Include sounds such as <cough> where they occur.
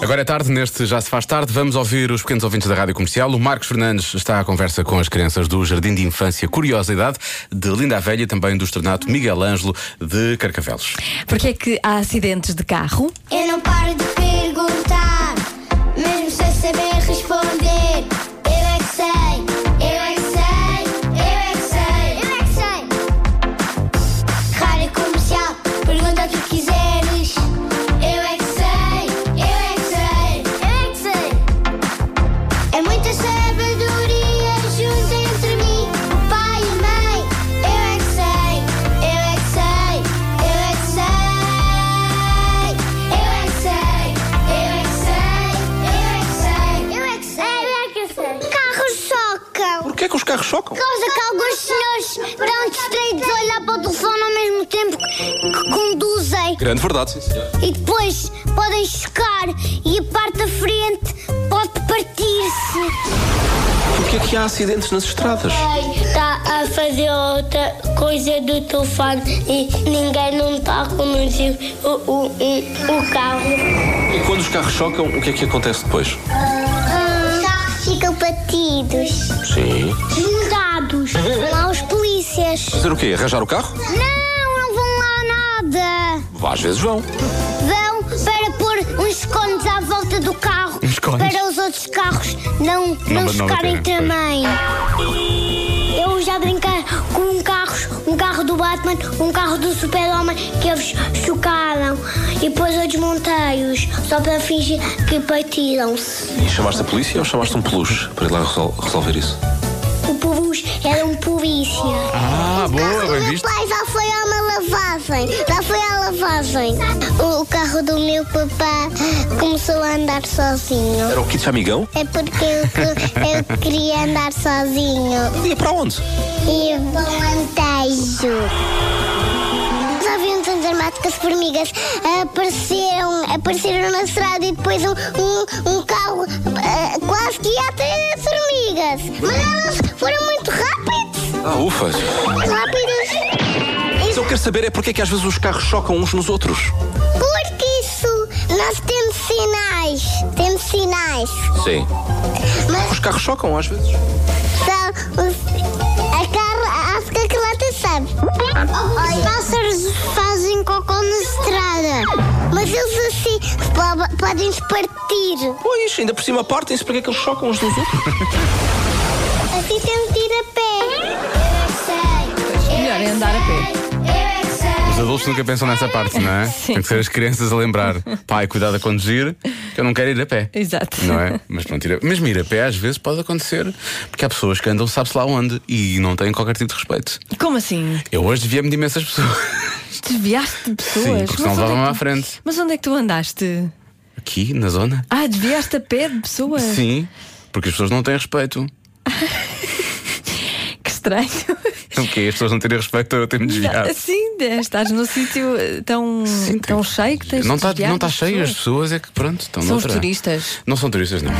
Agora é tarde, neste Já se faz tarde, vamos ouvir os pequenos ouvintes da Rádio Comercial. O Marcos Fernandes está à conversa com as crianças do Jardim de Infância Curiosidade, de Linda a Velha e também do Estrenato Miguel Ângelo de Carcavelos. Porque é que há acidentes de carro? Eu não paro de perguntar, mesmo sem saber responder. Eu é que sei, eu é que sei, eu é que sei, eu é que sei. Rádio comercial, pergunta o que quiseres. Eu é que sei, eu é que sei, eu é que sei. É muita sabedoria junto entre mim, o pai e a mãe. Eu é que sei, eu é que sei, eu é que sei. Eu é que sei, eu é que sei, eu é que sei. Eu é que sei, eu é que sei. Carros socam. Porquê é que os carros chocam? causa que alguns senhores estão distraídos a olhar para o telefone ao mesmo tempo que que conduzem Grande verdade, sim, senhor. e depois podem chocar e a parte da frente pode partir-se. Porquê é que há acidentes nas estradas? Está Tá a fazer outra coisa do telefone e ninguém não tá está a conduzir o, carro. E quando os carros chocam, o que é que acontece depois? Os carros Ah, ficam batidos, Sim. desligados, lá os polícias. Fazer o quê? Arranjar o carro? Não, não vão lá nada. Às vezes vão. Vão para pôr uns cones à volta do carro Uns cones? para os outros carros não, Não, não, mas não chocarem baterem, também. Eu já brinquei com carros, um carro do Batman, um carro do Super-Homem que eles chocaram e depois eu desmontei-os só para fingir que partiram-se. E chamaste a polícia ou chamaste um peluche para ir lá resol- resolver isso? O Purus era um polícia. Ah, boa, O bem meu visto. pai já foi a uma lavagem. Já foi à lavagem. O carro do meu papá começou a andar sozinho. Era o kit amigão? É porque eu, que- eu queria andar sozinho. Ia é para onde? E volantejo. Já vi uns armáticas formigas apareceram, apareceram na estrada e depois um, um, um carro ah, quase que ia até as formigas. Mas elas foram muito rápidas. Ah, ufas. Rápidas. Mas eu quero saber é porque é que às vezes os carros chocam uns nos outros. Porque isso, nós temos sinais, temos sinais. Sim. Os Mas carros chocam às vezes. são os, a cara, acho que a Clara sabe. Os pássaros fazem cocô na estrada, mas eles assim po- podem se partir. Pois, ainda por cima partem-se porque é que eles chocam uns nos outros. Assim temos de ir a é pé. Melhor é andar a pé. é Os adultos nunca pensam nessa parte, não é? Tem que ser as crianças a lembrar. Pai, cuidado a conduzir, que eu não quero ir a pé. Exato. Não é? Mas pronto, ir a- mesmo ir a pé às vezes pode acontecer, porque há pessoas que andam sabe-se lá onde e não têm qualquer tipo de respeito. <laughs> Como assim? Eu hoje devia-me de imensas pessoas. Desviaste de pessoas? Sim, porque senão Mas onde é que levavam-me tu- à frente. Mas onde é que tu andaste? Aqui, na zona? Ah, desviaste a pé de pessoas? Sim, porque as pessoas não têm respeito. <laughs> Que estranho. Porque as pessoas não terem respeito, eu tenho-me desviado. <laughs> Sim, é, estás num sítio eh, tão, Sim, tão tem- cheio que tens Não de está desviar não tá as cheio, as pessoas. pessoas é que pronto, estão São os noutra. turistas. Não são turistas, não.